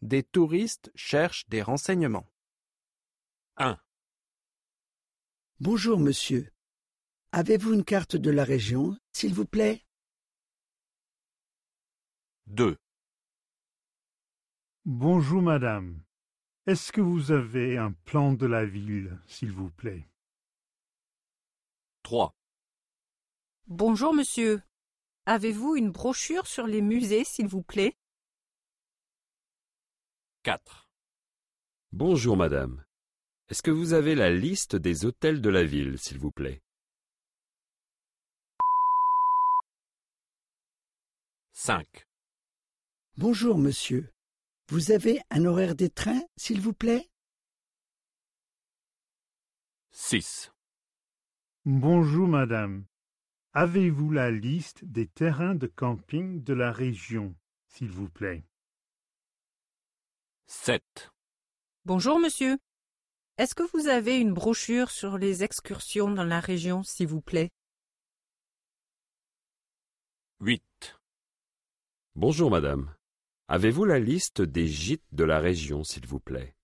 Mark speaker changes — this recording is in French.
Speaker 1: Des touristes cherchent des renseignements.
Speaker 2: 1,
Speaker 3: Bonjour, monsieur. Avez-vous une carte de la région, s'il vous plaît
Speaker 2: 2,
Speaker 4: Bonjour, madame. Est-ce que vous avez un plan de la ville, s'il vous plaît
Speaker 2: 3,
Speaker 5: Bonjour, monsieur. Avez-vous une brochure sur les musées, s'il vous plaît
Speaker 2: 4,
Speaker 6: Bonjour, madame. Est-ce que vous avez la liste des hôtels de la ville, s'il vous plaît
Speaker 2: 5,
Speaker 3: Bonjour, monsieur. Vous avez un horaire des trains, s'il vous plaît
Speaker 2: 6,
Speaker 4: Bonjour, madame. Avez-vous la liste des terrains de camping de la région, s'il vous plaît
Speaker 2: 7,
Speaker 5: Bonjour, monsieur. Est-ce que vous avez une brochure sur les excursions dans la région, s'il vous plaît
Speaker 2: 8,
Speaker 6: Bonjour, madame. Avez-vous la liste des gîtes de la région, s'il vous plaît